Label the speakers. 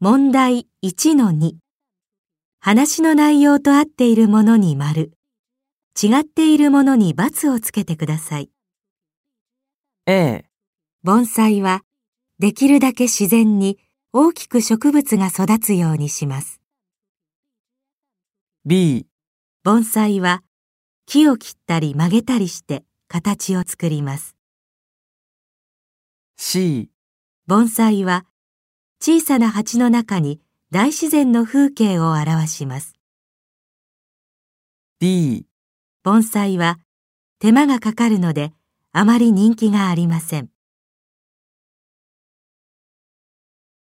Speaker 1: 問題1-2話の内容と合っているものに丸、違っているものに×をつけてください。
Speaker 2: A、
Speaker 1: 盆栽は、できるだけ自然に大きく植物が育つようにします。
Speaker 2: B、
Speaker 1: 盆栽は、木を切ったり曲げたりして形を作ります。
Speaker 2: C、
Speaker 1: 盆栽は、小さな鉢の中に大自然の風景を表します。
Speaker 2: D、
Speaker 1: 盆栽は、手間がかかるので、あまり人気がありません。